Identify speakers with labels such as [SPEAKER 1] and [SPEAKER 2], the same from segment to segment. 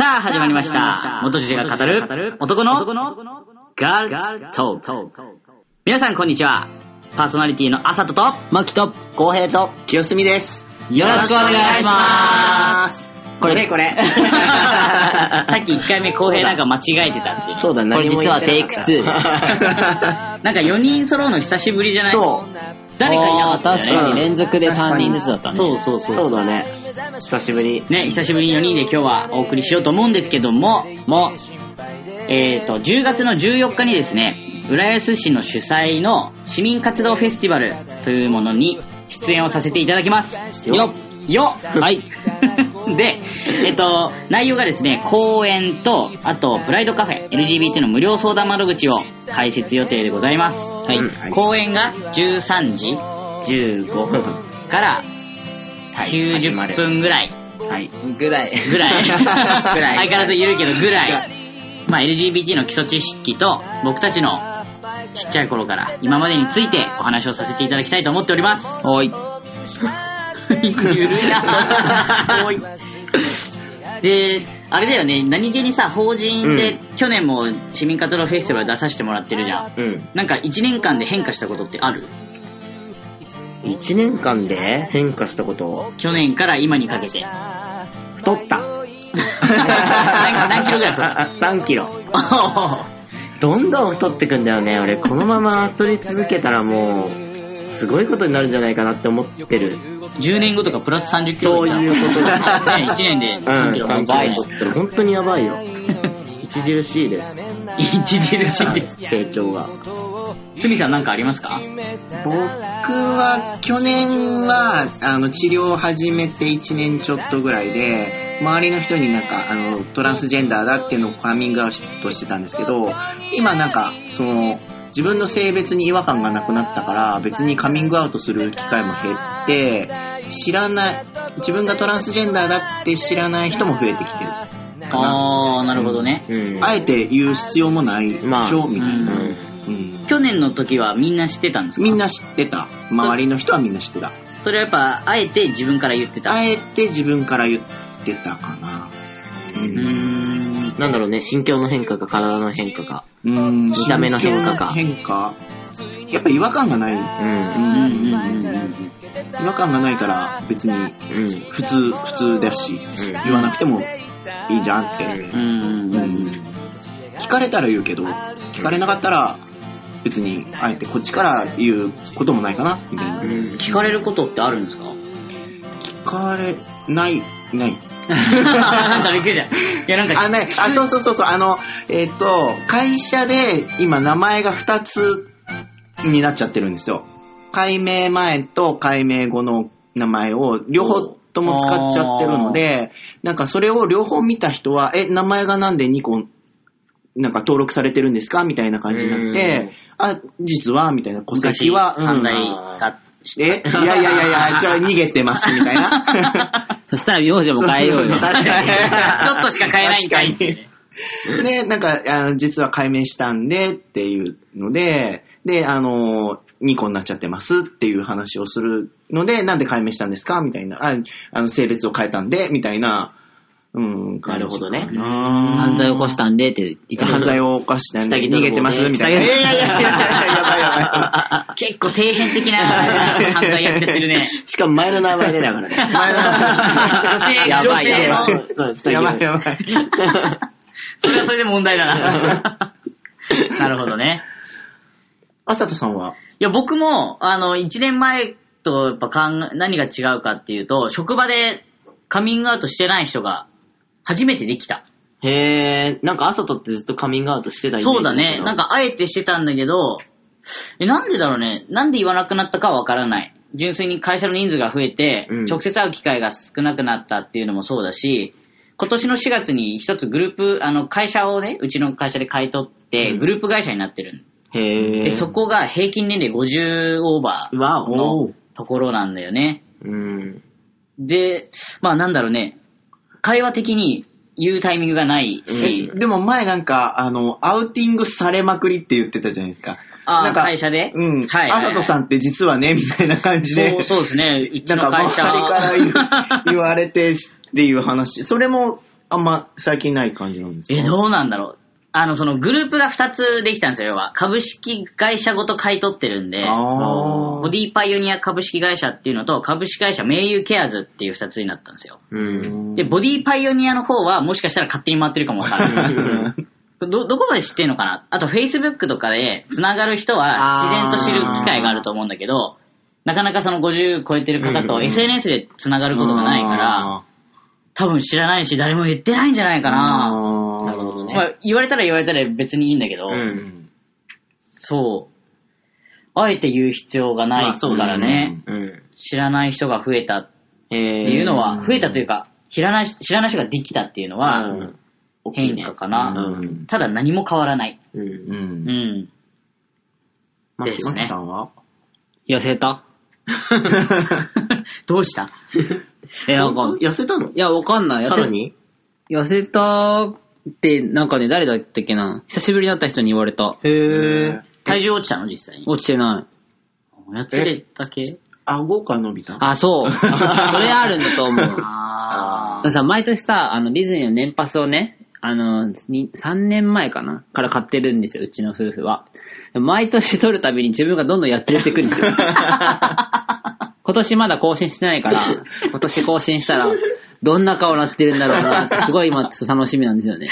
[SPEAKER 1] あ、始まりました。元女が語る男のガールズトーク。皆さん、こんにちは。パーソナリティのあさとと、
[SPEAKER 2] マキと、浩平と、
[SPEAKER 3] 清澄です。
[SPEAKER 1] よろしくお願いします。
[SPEAKER 3] す。
[SPEAKER 1] これこれ。 さっき1回目公平なんか間違えてたんですよ。
[SPEAKER 2] そうだ、
[SPEAKER 3] これ
[SPEAKER 2] 何
[SPEAKER 3] 実
[SPEAKER 2] も言っ
[SPEAKER 3] は
[SPEAKER 2] てなかった
[SPEAKER 3] テ イク
[SPEAKER 1] なんか4人揃うの久しぶりじゃない
[SPEAKER 2] そう。
[SPEAKER 1] 誰かいなかった
[SPEAKER 2] あ
[SPEAKER 1] よ
[SPEAKER 2] ー
[SPEAKER 1] ね
[SPEAKER 2] 確かに連続で3人ずつだったね。
[SPEAKER 1] そうそうそう
[SPEAKER 2] そうだね。
[SPEAKER 3] 久しぶり。
[SPEAKER 1] ね、久しぶりに4人で今日はお送りしようと思うんですけども、も、えっ、と、10月の14日にですね、浦安市の主催の市民活動フェスティバルというものに出演をさせていただきます。
[SPEAKER 2] よ
[SPEAKER 1] よ
[SPEAKER 2] はい
[SPEAKER 1] で、えっ、と、内容がですね、公演と、あと、プライドカフェ、LGBT の無料相談窓口を開設予定でございます。は
[SPEAKER 3] うん
[SPEAKER 1] い。
[SPEAKER 3] はい
[SPEAKER 1] 公演が13時15分から90分ぐらい。
[SPEAKER 3] はい。
[SPEAKER 2] ぐらい。
[SPEAKER 1] ぐ らい。
[SPEAKER 2] ぐらい
[SPEAKER 1] 相変わらず緩いけどぐらい。まあ LGBT の基礎知識と僕たちのちっちゃい頃から今までについてお話をさせていただきたいと思っております。おい。ゆ るい な。おい。で、あれだよね、何気にさ、法人で、去年も市民活動フェスティバル出させてもらってるじゃん。
[SPEAKER 3] うん。
[SPEAKER 1] なんか1年間で変化したことってある
[SPEAKER 3] 1年間で変化したこと
[SPEAKER 1] 去年から今にかけて。
[SPEAKER 3] 太った。
[SPEAKER 1] 何何キロぐらい 太った
[SPEAKER 3] ?3 キロ。どんどん太ってくんだよね。俺、このまま太り続けたらもう、すごいことになるんじゃないかなって思ってる。
[SPEAKER 1] 10年後とかプラス30キロ
[SPEAKER 3] そういうことだ
[SPEAKER 1] ね、1年で
[SPEAKER 3] うん、
[SPEAKER 1] 3キロ
[SPEAKER 3] 3キロ太ってる。本当に やばいよ。著しいです。
[SPEAKER 1] 著しいです。
[SPEAKER 3] 成長が。
[SPEAKER 1] 鷲見さんなんかありますか
[SPEAKER 4] 僕は去年はあの治療を始めて1年ちょっとぐらいで周りの人になんかあのトランスジェンダーだっていうのをカミングアウトしてたんですけど今なんかその自分の性別に違和感がなくなったから別にカミングアウトする機会も減って知らない自分がトランスジェンダーだって知らない人も増えてきてる
[SPEAKER 1] あー、なるほどね。
[SPEAKER 3] うん。
[SPEAKER 4] あえて言う必要もないでしょ、
[SPEAKER 3] まあ
[SPEAKER 4] みたいな、
[SPEAKER 3] うん
[SPEAKER 4] うん
[SPEAKER 1] 去年の時はみんな知ってたんですか
[SPEAKER 4] みんな知ってた周りの人はみんな知ってた
[SPEAKER 1] それはやっぱ、あえて自分から言ってた。
[SPEAKER 4] あえて自分から言ってたかな。
[SPEAKER 1] うーん。
[SPEAKER 3] なんだろうね、心境の変化か体の変化か。
[SPEAKER 4] うん。見
[SPEAKER 3] た目の変化か
[SPEAKER 4] 変化やっぱ違和感がない。
[SPEAKER 3] う。
[SPEAKER 4] うん
[SPEAKER 1] うんうん
[SPEAKER 4] ん。
[SPEAKER 1] うんうん。
[SPEAKER 4] 違和感がないから別に
[SPEAKER 3] うん。
[SPEAKER 4] 普通、普通だし、言わなくてもいいじゃんって。
[SPEAKER 1] うんうんう
[SPEAKER 4] う
[SPEAKER 1] んん。。
[SPEAKER 4] 聞かれたら言うけど、聞かれなかったら別にあえてこっちから言うこともないかな。みたいな
[SPEAKER 3] うん。
[SPEAKER 1] 聞かれることってあるんです か
[SPEAKER 4] 聞かれない、ない。
[SPEAKER 1] なんかびっくりじゃん。いやなんか、
[SPEAKER 4] あ、ない。あ、そうそうそうそう。あの、えっ、と、会社で今名前が2つになっちゃってるんですよ。改名前と改名後の名前を両方とも使っちゃってるので、なんかそれを両方見た人は、え、名前がなんで2個、なんか登録されてるんですかみたいな感じになって、あ、実はみたいな、戸
[SPEAKER 1] 昔
[SPEAKER 4] 籍は、うん
[SPEAKER 1] 犯罪が、
[SPEAKER 4] え、いやいやいやい や、じゃあ逃げてます、みたいな。
[SPEAKER 2] そしたら名字も変えようよ。
[SPEAKER 4] そうそうそう確かに
[SPEAKER 1] ちょっとしか買えないんかいって。
[SPEAKER 4] で、なんか、あの実は解明したんでっていうので、で、あの、2個になっちゃってますっていう話をするので、なんで解明したんですかみたいな。あ、あの、性別を変えたんで、みたいな。うん、
[SPEAKER 3] なるほどね
[SPEAKER 4] 感じかな。
[SPEAKER 2] 犯罪を起こしたんでって言って
[SPEAKER 4] 犯罪を犯したんで、
[SPEAKER 3] 下着泥
[SPEAKER 4] 逃
[SPEAKER 3] 棒
[SPEAKER 4] げてます
[SPEAKER 3] ね
[SPEAKER 4] みたいな。い
[SPEAKER 3] 下
[SPEAKER 4] や
[SPEAKER 3] 着
[SPEAKER 4] いやいやいやいや、やばいやば
[SPEAKER 1] 結構底辺的な犯罪やっちゃってるね。
[SPEAKER 3] しかも前の名前でだからね。
[SPEAKER 1] 女性、
[SPEAKER 3] や
[SPEAKER 1] 女
[SPEAKER 3] ばい
[SPEAKER 1] 性
[SPEAKER 3] やば
[SPEAKER 1] の
[SPEAKER 3] い。そう
[SPEAKER 4] い。やばいやばい。
[SPEAKER 1] それはそれで問題だな。 なるほどね。
[SPEAKER 4] あさとさんはい
[SPEAKER 1] や、僕も、あの、1年前とやっぱ考え何が違うかっていうと、職場でカミングアウトしてない人が初めてできた。
[SPEAKER 3] へえ、なんか朝とってずっとカミングアウトしてたイメージ
[SPEAKER 1] そうだね。なん、か、あえてしてたんだけど、え、なんでだろうね。なんで言わなくなったかはわからない。純粋に会社の人数が増えて、
[SPEAKER 3] うん
[SPEAKER 1] 直接会う機会が少なくなったっていうのもそうだし、今年の4月に一つグループ、あの、会社をね、うちの会社で買い取って、
[SPEAKER 3] うん
[SPEAKER 1] グループ会社になってる、
[SPEAKER 3] へえ。
[SPEAKER 1] で、そこが平均年齢50オーバー
[SPEAKER 3] わお。
[SPEAKER 1] のところなんだよね。
[SPEAKER 3] うん。
[SPEAKER 1] で、まあなんだろうね、会話的に言うタイミングがないし、
[SPEAKER 4] でも前なんか、あの、アウティングされまくりって言ってたじゃないですか。
[SPEAKER 1] あ
[SPEAKER 4] な
[SPEAKER 1] あ、
[SPEAKER 4] んか
[SPEAKER 1] 会社で
[SPEAKER 4] うん。
[SPEAKER 1] はい。
[SPEAKER 4] あさとさんって実はね、みたいな感じで。
[SPEAKER 1] そうそうですね、うち
[SPEAKER 4] なん
[SPEAKER 1] の
[SPEAKER 4] か
[SPEAKER 1] 会社
[SPEAKER 4] 周りから言う言われてしっていう話。それもあんま最近ない感じなんです か
[SPEAKER 1] え、どうなんだろう。あの、そのグループが2つできたんですよ、要は。株式会社ごと買い取ってるんで、
[SPEAKER 4] あー
[SPEAKER 1] ボディパイオニア株式会社っていうのと、株式会社名優ケアズっていう2つになったんですよ。
[SPEAKER 3] うん。
[SPEAKER 1] で、ボディパイオニアの方はもしかしたら勝手に回ってるかもわから ない。ど、どこまで知ってんのかなあと、Facebook とかで繋がる人は自然と知る機会があると思うんだけど、なかなかその50超えてる方
[SPEAKER 3] うんう
[SPEAKER 1] と
[SPEAKER 3] ん
[SPEAKER 1] SNS で繋がることがないから、多分知らないし、誰も言ってないんじゃないか
[SPEAKER 4] あ
[SPEAKER 1] な。
[SPEAKER 4] ー
[SPEAKER 2] なるほどね
[SPEAKER 1] まあ、言われたら言われたら別にいいんだけど、
[SPEAKER 3] うん。
[SPEAKER 1] そう。あえて言う必要が
[SPEAKER 3] ま
[SPEAKER 1] な
[SPEAKER 3] あ
[SPEAKER 1] い
[SPEAKER 3] そう
[SPEAKER 1] か
[SPEAKER 3] だ
[SPEAKER 1] ら
[SPEAKER 3] よ
[SPEAKER 1] ね、
[SPEAKER 3] うん。
[SPEAKER 1] 知らない人が増えたっ
[SPEAKER 3] え
[SPEAKER 1] て
[SPEAKER 3] ー
[SPEAKER 1] いうのは、増えたというか、知らない、知らない人ができたっていうの
[SPEAKER 3] う
[SPEAKER 1] は、
[SPEAKER 3] ん
[SPEAKER 1] 変化かな。
[SPEAKER 3] うん
[SPEAKER 1] ただ何も変わらない。
[SPEAKER 3] うん。
[SPEAKER 4] うん
[SPEAKER 1] う。ん。
[SPEAKER 4] マ
[SPEAKER 1] で
[SPEAKER 4] キ
[SPEAKER 1] すね
[SPEAKER 4] マキさんは
[SPEAKER 2] 痩 せた
[SPEAKER 1] どうした
[SPEAKER 2] え、なんか、
[SPEAKER 3] 痩せたの
[SPEAKER 2] いや、わかんない。痩せ
[SPEAKER 3] さらに
[SPEAKER 2] 痩せたって、なんかね、誰だったっけな。久しぶりに会った人に言われた。
[SPEAKER 3] へえ。
[SPEAKER 1] 体重落ちたの実際に。
[SPEAKER 2] 落ちてない。
[SPEAKER 1] やつれた系
[SPEAKER 4] 顎が伸びた
[SPEAKER 2] あ、 そう。それあるんだと思う。
[SPEAKER 1] あ
[SPEAKER 2] あのさ、毎年さ、あの、ディズニーの年パスをね、あの、に3年前かなから買ってるんですよ、うちの夫婦は。でも毎年取るたびに自分がどんどんやってれてくる んですよ。今年まだ更新してないから、今年更新したら、どんな顔なってるんだろうなって、すごい今、ちょっと楽しみなんですよね。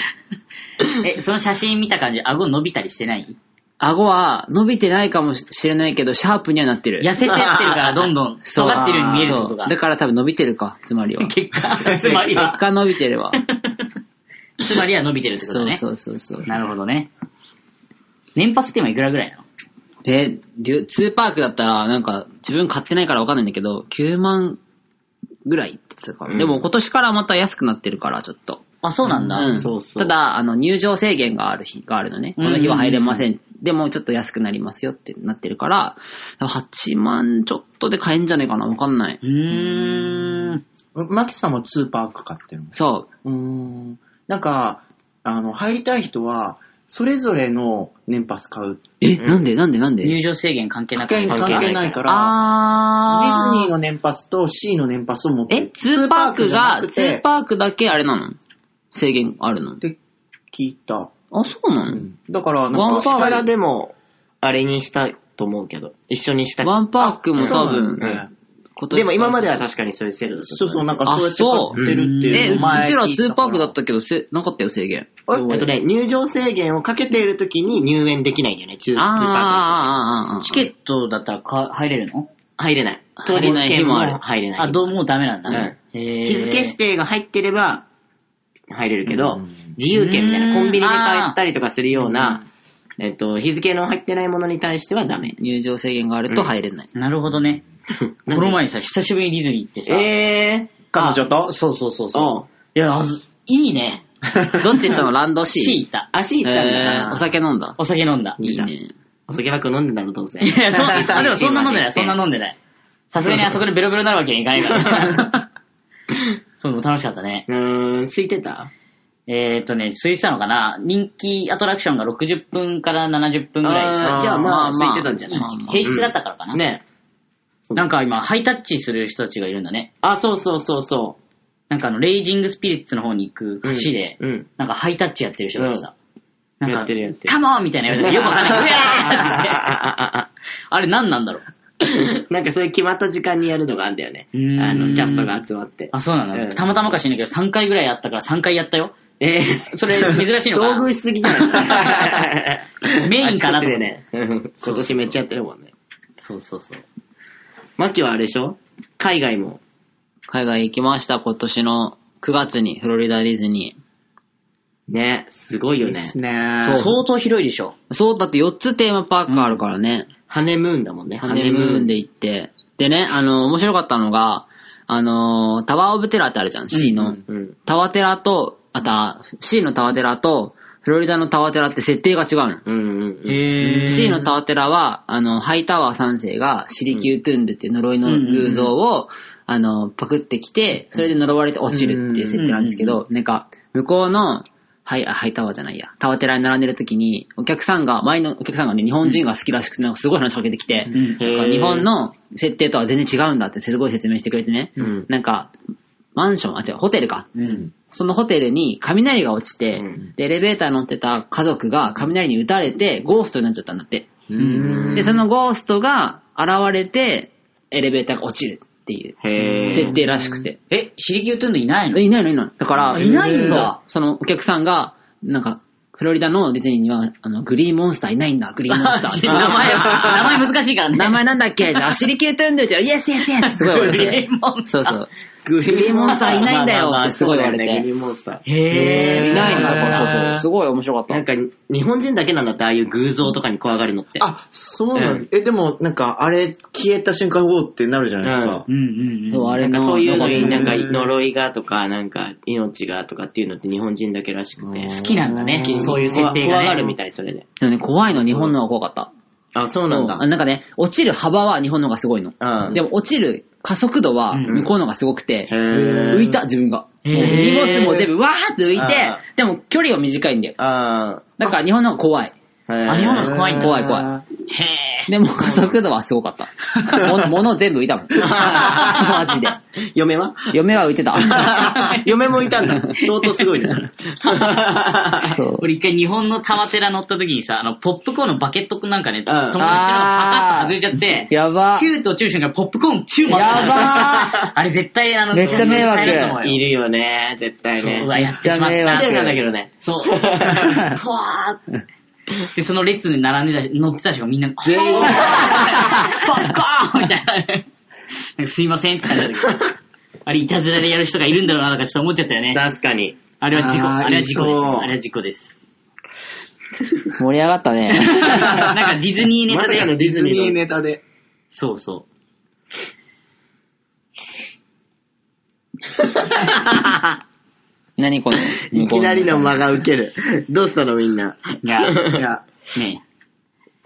[SPEAKER 1] え、その写真見た感じ、顎伸びたりしてない
[SPEAKER 2] 顎は伸びてないかもしれないけど、シャープにはなってる。
[SPEAKER 1] 痩せてってる からどんどん
[SPEAKER 2] そう
[SPEAKER 1] 尖ってるように見えるってこと
[SPEAKER 2] そ
[SPEAKER 1] が
[SPEAKER 2] う。だから多分伸びてるか、つまりは。
[SPEAKER 1] 結果、つまりは
[SPEAKER 2] 結、果伸びてるわ。
[SPEAKER 1] つまりは伸びてるってこと
[SPEAKER 2] そう
[SPEAKER 1] ね。
[SPEAKER 2] そうそうそう。
[SPEAKER 1] なるほどね。年パスって今いくらぐらいなの
[SPEAKER 2] え、リュツーパークだったら、なんか、自分買ってないからわかんないんだけど、9万ぐらいって言ってたから。
[SPEAKER 3] うん
[SPEAKER 2] でも今年からまた安くなってるから、ちょっと。
[SPEAKER 1] あ、そうなんだ。
[SPEAKER 2] うん
[SPEAKER 1] そうそう。。
[SPEAKER 2] た、だ、あの、入場制限がある日があるのね。この日は入れません。でも、ちょっと安くなりますよってなってるから、8万ちょっとで買えんじゃないかなわかんないう
[SPEAKER 1] ーん。
[SPEAKER 4] マキさんはツーパーク買ってるの
[SPEAKER 2] そう
[SPEAKER 4] ーん。なんか、あの、入りたい人は、それぞれの年パス買う。
[SPEAKER 2] う。え、なんでなんでなんで
[SPEAKER 1] 入場制限関係な
[SPEAKER 4] 関
[SPEAKER 1] く
[SPEAKER 4] 係関係ないから、ディ
[SPEAKER 2] あ
[SPEAKER 4] ズニーの年パスと C の年パスを持って
[SPEAKER 2] え、ツーパーク
[SPEAKER 4] じゃな
[SPEAKER 2] が、
[SPEAKER 4] く
[SPEAKER 2] ツー
[SPEAKER 4] て、
[SPEAKER 2] パークだけあれなの制限あるの
[SPEAKER 4] って聞いた。
[SPEAKER 2] あ、そうなの
[SPEAKER 4] うんだから、な
[SPEAKER 2] ワ
[SPEAKER 4] ん
[SPEAKER 2] ンパ
[SPEAKER 4] か、
[SPEAKER 3] 私
[SPEAKER 2] ーク
[SPEAKER 3] からでも、あれにしたと思うけど、一緒にした
[SPEAKER 2] ワンパークも多
[SPEAKER 4] そう
[SPEAKER 2] 分、
[SPEAKER 4] なんだね
[SPEAKER 2] 今
[SPEAKER 3] でも今まで
[SPEAKER 2] は、
[SPEAKER 3] は確かにそういう制度だった
[SPEAKER 4] そうそう、なんか
[SPEAKER 2] あ
[SPEAKER 4] そうやって買ってるって
[SPEAKER 2] え、
[SPEAKER 4] いううのを前
[SPEAKER 2] ち
[SPEAKER 4] 聞いたから
[SPEAKER 2] スーパークだったけど、せなかったよ、制限。
[SPEAKER 3] えっとね、入場制限をかけているときに入園できないんだよね、ツーツー
[SPEAKER 2] ああ、
[SPEAKER 3] パークだと。
[SPEAKER 2] ああ、ああ、
[SPEAKER 1] チケットだったらか入れるの
[SPEAKER 3] 入れない。
[SPEAKER 2] 入れない日もある
[SPEAKER 3] 入れない。
[SPEAKER 1] あ、どうもうダメなんだね。へー
[SPEAKER 3] 日付指定が入ってれば入れるけど、
[SPEAKER 4] うん
[SPEAKER 3] 自由券みたい
[SPEAKER 1] うん
[SPEAKER 3] な、コンビニで買ったりとかするような、えっと、日付の入ってないものに対してはダメ。
[SPEAKER 2] 入場制限があると入れない。
[SPEAKER 1] なるほどね。この前にさ、久しぶりにディズニー行ってさ、
[SPEAKER 3] え
[SPEAKER 4] 彼女と
[SPEAKER 1] そうそうそう
[SPEAKER 3] おう
[SPEAKER 1] そう。いや、あずいいね。
[SPEAKER 2] どっち行ったのランドシー
[SPEAKER 1] C 行った。
[SPEAKER 3] ー、足いったんだ
[SPEAKER 2] え
[SPEAKER 3] な。
[SPEAKER 2] ーお酒飲んだ。
[SPEAKER 1] お酒飲んだ。
[SPEAKER 2] いいね。
[SPEAKER 3] お酒ばっか飲んでたの、どうせ。
[SPEAKER 1] いや、そん な、でもそんな飲んでない、そんな
[SPEAKER 3] の
[SPEAKER 1] 飲んでない。さすがにあそこでベロベロになるわけにいかない から。そう、でも楽しかったね。
[SPEAKER 3] うーん、空いてた
[SPEAKER 1] えーっとね、空いてたのかな人気アトラクションが60分から70分ぐらい。
[SPEAKER 3] あーじゃあまあ、
[SPEAKER 2] まあまあ
[SPEAKER 3] 空いてたんじゃない
[SPEAKER 2] まあまあ
[SPEAKER 1] 平日だったからかな、
[SPEAKER 3] ね。
[SPEAKER 1] なんか今、ハイタッチする人たちがいるんだね。
[SPEAKER 3] あ、そうそうそうそ
[SPEAKER 1] なんかあの、レイジングスピリッツの方に行く
[SPEAKER 3] う。
[SPEAKER 1] 橋で、
[SPEAKER 3] うん。
[SPEAKER 1] なんかハイタッチやってる人がさ、
[SPEAKER 3] うん
[SPEAKER 1] な
[SPEAKER 3] や
[SPEAKER 1] ん
[SPEAKER 3] っ
[SPEAKER 1] か
[SPEAKER 3] て、るやってる。
[SPEAKER 1] カモンみたいな言われてよくわ かんない。うわーってなって
[SPEAKER 3] あ
[SPEAKER 1] あれ何なんだろう
[SPEAKER 3] なんかそういう決まった時間にやるのがあんだよね。
[SPEAKER 1] うーん
[SPEAKER 3] あの、キャストが集まって。
[SPEAKER 1] あ、そうなの、
[SPEAKER 3] うん
[SPEAKER 1] たまたまかしらないけど、3回ぐらいやったから3回やったよ。
[SPEAKER 3] ええ
[SPEAKER 1] それ珍しいのかな
[SPEAKER 3] 遭遇しすぎじゃない
[SPEAKER 1] メインかな
[SPEAKER 3] あ
[SPEAKER 1] と思
[SPEAKER 3] ちこちで
[SPEAKER 1] って
[SPEAKER 3] ね。うん今年めっちゃやってるもんね。
[SPEAKER 1] そうそうそう。
[SPEAKER 3] マキはあれでしょ海外も。
[SPEAKER 2] 海外行きました、今年の9月に、フロリダディズニ
[SPEAKER 3] ね、すごいよ
[SPEAKER 4] で
[SPEAKER 3] ね
[SPEAKER 4] す。ね。
[SPEAKER 1] 相当広いでしょ。
[SPEAKER 2] ー。そう、だって4つテーマパークあるからね。
[SPEAKER 3] ハネムーンだもんね。
[SPEAKER 2] ハネムーンで行って。でね、あの、面白かったのが、あの、タワーオブテラーってあるじゃん、C の。
[SPEAKER 3] ハネムーン。うん。
[SPEAKER 2] タワテラと、あとは、C のタワテラと、フロリダのタワテラって設定が違うの。
[SPEAKER 3] うんうんうん。
[SPEAKER 1] へ
[SPEAKER 2] C のタワテラは、あの、ハイタワー3世がシリキュートゥンドゥっていう呪いの偶像を、あの、パクってきて、それで呪われて落ちるっていう設定なんですけど、なんか、向こうの、ハイ、あハイタワーじゃないや、タワテラに並んでる時に、お客さんが、前のお客さんがね、日本人が好きらしくて、なんかすごい話しかけてきて、
[SPEAKER 1] ん
[SPEAKER 2] なんか日本の設定とは全然違うんだってすごい説明してくれてね、
[SPEAKER 3] うん
[SPEAKER 2] なんか、
[SPEAKER 1] マンション、あ、違う、ホテルか。
[SPEAKER 5] うん。
[SPEAKER 1] そのホテルに雷が落ちて、
[SPEAKER 3] うん
[SPEAKER 1] で、エレベーター乗ってた家族が雷に撃たれて、ゴーストになっちゃったんだって。
[SPEAKER 5] うん。
[SPEAKER 1] で、そのゴーストが現れて、エレベーターが落ちるっていう
[SPEAKER 3] へ
[SPEAKER 1] 設定らしくて。
[SPEAKER 5] え、シリキュートゥンドいないの
[SPEAKER 1] いないのいないの。だから、
[SPEAKER 5] あいないんだ
[SPEAKER 1] そうそのお客さんが、なんか、フロリダのディズニーには、あの、グリーンモンスターいないんだ、グリーンモンスターって。
[SPEAKER 5] 名前、名前難しいからね。
[SPEAKER 1] 名前なんだっ けあ、シリキュートゥンドゥって言ったら、イエスイエスイエスすごい言われて。
[SPEAKER 5] グリーンモンスター
[SPEAKER 1] そうそう。グリーンモンスターいないんだよってすごい言われ
[SPEAKER 3] そうだよねグ
[SPEAKER 1] て。
[SPEAKER 3] リーンモンスター。
[SPEAKER 5] へー。
[SPEAKER 1] いないんだこの
[SPEAKER 5] へ
[SPEAKER 1] 人
[SPEAKER 5] ー
[SPEAKER 1] すごい面白かった
[SPEAKER 3] なん。か、日本人だけなんだって、ああいう偶像とかに怖がるのって。
[SPEAKER 4] あ、そうなんだ、
[SPEAKER 3] う
[SPEAKER 4] え、でも、なんか、あれ、消えた瞬間、おーってなるじゃないですか。
[SPEAKER 5] うんうんうん。
[SPEAKER 1] そう、あ
[SPEAKER 3] な
[SPEAKER 1] れ
[SPEAKER 3] んか
[SPEAKER 1] の
[SPEAKER 3] そういうのに、
[SPEAKER 1] 残
[SPEAKER 3] な
[SPEAKER 1] り
[SPEAKER 3] ん
[SPEAKER 1] の
[SPEAKER 3] か呪いがとか、なんか命がとかっていうのって日本人だけらしくて。
[SPEAKER 5] 好きなんだね。そういう設定が
[SPEAKER 3] 怖
[SPEAKER 5] ね。
[SPEAKER 3] がるみたい、それで。
[SPEAKER 1] でもね、怖いのは日本の方が怖かった。
[SPEAKER 3] あ、そうなんだ
[SPEAKER 1] あ。なんかね、落ちる幅は日本の方がすごいの。
[SPEAKER 3] うん
[SPEAKER 1] でも落ちる加速度は
[SPEAKER 5] うん
[SPEAKER 1] 向こうの方がすごくて、
[SPEAKER 3] へー
[SPEAKER 1] 浮いた自分が。
[SPEAKER 5] へー
[SPEAKER 1] もう荷物も全部わーって浮いて
[SPEAKER 3] あ、
[SPEAKER 1] でも距離は短いんだよ。
[SPEAKER 3] あ
[SPEAKER 1] だから日本の方が怖い。
[SPEAKER 3] あ。へー
[SPEAKER 5] あ日本の方 が怖いんだ
[SPEAKER 1] 怖い怖
[SPEAKER 5] へ
[SPEAKER 1] でも加速度はすごかった。物物全部浮いたも ん。マジで。
[SPEAKER 3] 嫁 は
[SPEAKER 1] 嫁は浮いてた。
[SPEAKER 3] 嫁もいたんだ。相当すごい です。
[SPEAKER 1] そ
[SPEAKER 5] ー。
[SPEAKER 1] う
[SPEAKER 5] 俺一回日本の玉寺乗った時にさ、あの、ポップコーンのバケットなんかね、友達のパカッと外れちゃって、
[SPEAKER 1] やば。
[SPEAKER 5] キューとチュー瞬間ポップコーンチューもあった
[SPEAKER 1] やば。
[SPEAKER 5] あれ絶対あの、
[SPEAKER 1] めっちゃ迷惑
[SPEAKER 5] 絶対だと思うよ
[SPEAKER 3] いるよね、絶対
[SPEAKER 5] そう
[SPEAKER 3] ね。
[SPEAKER 5] うわ、やってしまっ
[SPEAKER 1] めっち
[SPEAKER 5] た
[SPEAKER 1] ゃ迷惑
[SPEAKER 3] ホテルなんだけどね。
[SPEAKER 5] そう。ふわーってで、その列に並んでた、乗ってた人がみんな、
[SPEAKER 3] 全員
[SPEAKER 5] ポッコーンみたいな。なんか すいませんって感じだったけど。あれ、いたずらでやる人がいるんだろうなとかちょっと思っちゃったよね。
[SPEAKER 3] 確かに。
[SPEAKER 5] あれは事故。
[SPEAKER 4] あー
[SPEAKER 5] あれは事故です
[SPEAKER 4] い。そう
[SPEAKER 5] あれは事故です。
[SPEAKER 1] 盛り上がったね。
[SPEAKER 5] なんかディズニーネ
[SPEAKER 3] ま
[SPEAKER 5] タ
[SPEAKER 3] さかの
[SPEAKER 5] で。
[SPEAKER 3] ディ
[SPEAKER 4] ディ
[SPEAKER 3] ズ
[SPEAKER 4] ズ
[SPEAKER 3] ニ
[SPEAKER 4] ニ
[SPEAKER 3] ー
[SPEAKER 4] ー
[SPEAKER 3] の。
[SPEAKER 4] ネタで。
[SPEAKER 5] そうそう。
[SPEAKER 1] 何この。
[SPEAKER 3] いきなりの間が受ける。どうしたのみんな。
[SPEAKER 5] いや、
[SPEAKER 4] いや、
[SPEAKER 5] ね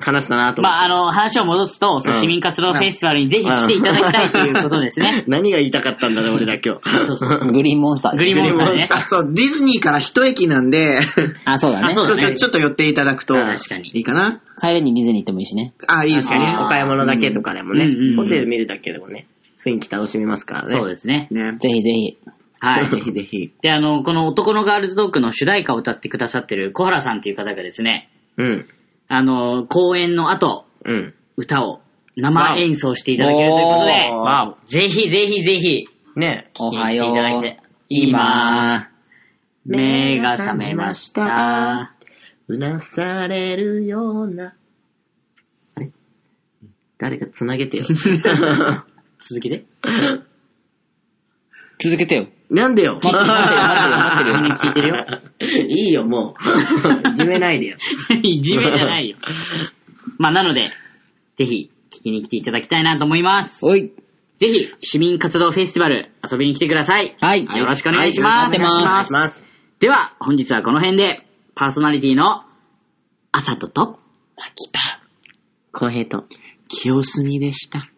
[SPEAKER 3] 話したなと
[SPEAKER 5] ま
[SPEAKER 3] 思って。
[SPEAKER 5] あ、あの、話を戻すと、そう
[SPEAKER 3] うん
[SPEAKER 5] 市民活動フェスティバルにぜひ来ていただきたいということですね。
[SPEAKER 3] 何が言いたかったん だろう、俺ら今日。
[SPEAKER 5] そ うそうそう。
[SPEAKER 1] グリーンモンスター。
[SPEAKER 5] グリーンモンスターね。
[SPEAKER 4] あ、そう、ディズニーから一駅なんで、
[SPEAKER 1] あ、そうだ
[SPEAKER 5] あ
[SPEAKER 1] ね
[SPEAKER 5] そ。うだね
[SPEAKER 4] ちょちょっと寄っていただくと、
[SPEAKER 5] うん確かに
[SPEAKER 4] いいかな
[SPEAKER 1] 帰りにディズニー行ってもいいしね。
[SPEAKER 4] あ、いいです
[SPEAKER 3] ね
[SPEAKER 4] ね。
[SPEAKER 3] お買い物だけとかでもね、
[SPEAKER 5] うんうんうん
[SPEAKER 3] ホテル見るだけでもね、雰囲気楽しみますからね。
[SPEAKER 5] そうですね。
[SPEAKER 4] ね。
[SPEAKER 1] ぜひぜひ。
[SPEAKER 5] はい。
[SPEAKER 4] ぜひぜひ。
[SPEAKER 5] で、あの、この男のガールズドッグの主題歌を歌ってくださってる小原さんっていう方がですね、
[SPEAKER 3] うん。
[SPEAKER 5] あの、公演の後、
[SPEAKER 3] うん。
[SPEAKER 5] 歌を生演奏していただけるということで、
[SPEAKER 4] おー
[SPEAKER 5] わおぜひぜひぜひ、
[SPEAKER 3] ね
[SPEAKER 1] おはよ
[SPEAKER 5] 聴いていただいうて。、今、目が覚めました。
[SPEAKER 3] うなされるような。あれ誰か繋げて よ。
[SPEAKER 5] 続きで
[SPEAKER 1] 続けてよ。
[SPEAKER 3] なんでよ
[SPEAKER 5] 待ってる待ってる待
[SPEAKER 3] てるよ。 いいよ、もう。い じめないでよ。
[SPEAKER 5] いじめじゃないよ。まあ、なので、ぜひ、聞きに来ていただきたいなと思います。
[SPEAKER 1] おい。
[SPEAKER 5] ぜひ、市民活動フェスティバル、遊びに来てください。
[SPEAKER 1] はい。
[SPEAKER 5] よろしくお願いします。
[SPEAKER 1] はいよろしくお願いし
[SPEAKER 3] お願いします。
[SPEAKER 5] では、本日はこの辺で、パーソナリティの、あさとと、
[SPEAKER 3] 公平と。
[SPEAKER 5] 清澄でした。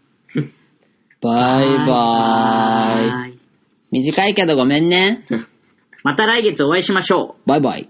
[SPEAKER 1] バイバーイ。
[SPEAKER 5] イ。
[SPEAKER 1] 短いけどごめんね。
[SPEAKER 5] また来月お会いしましょう。
[SPEAKER 1] バイバイ。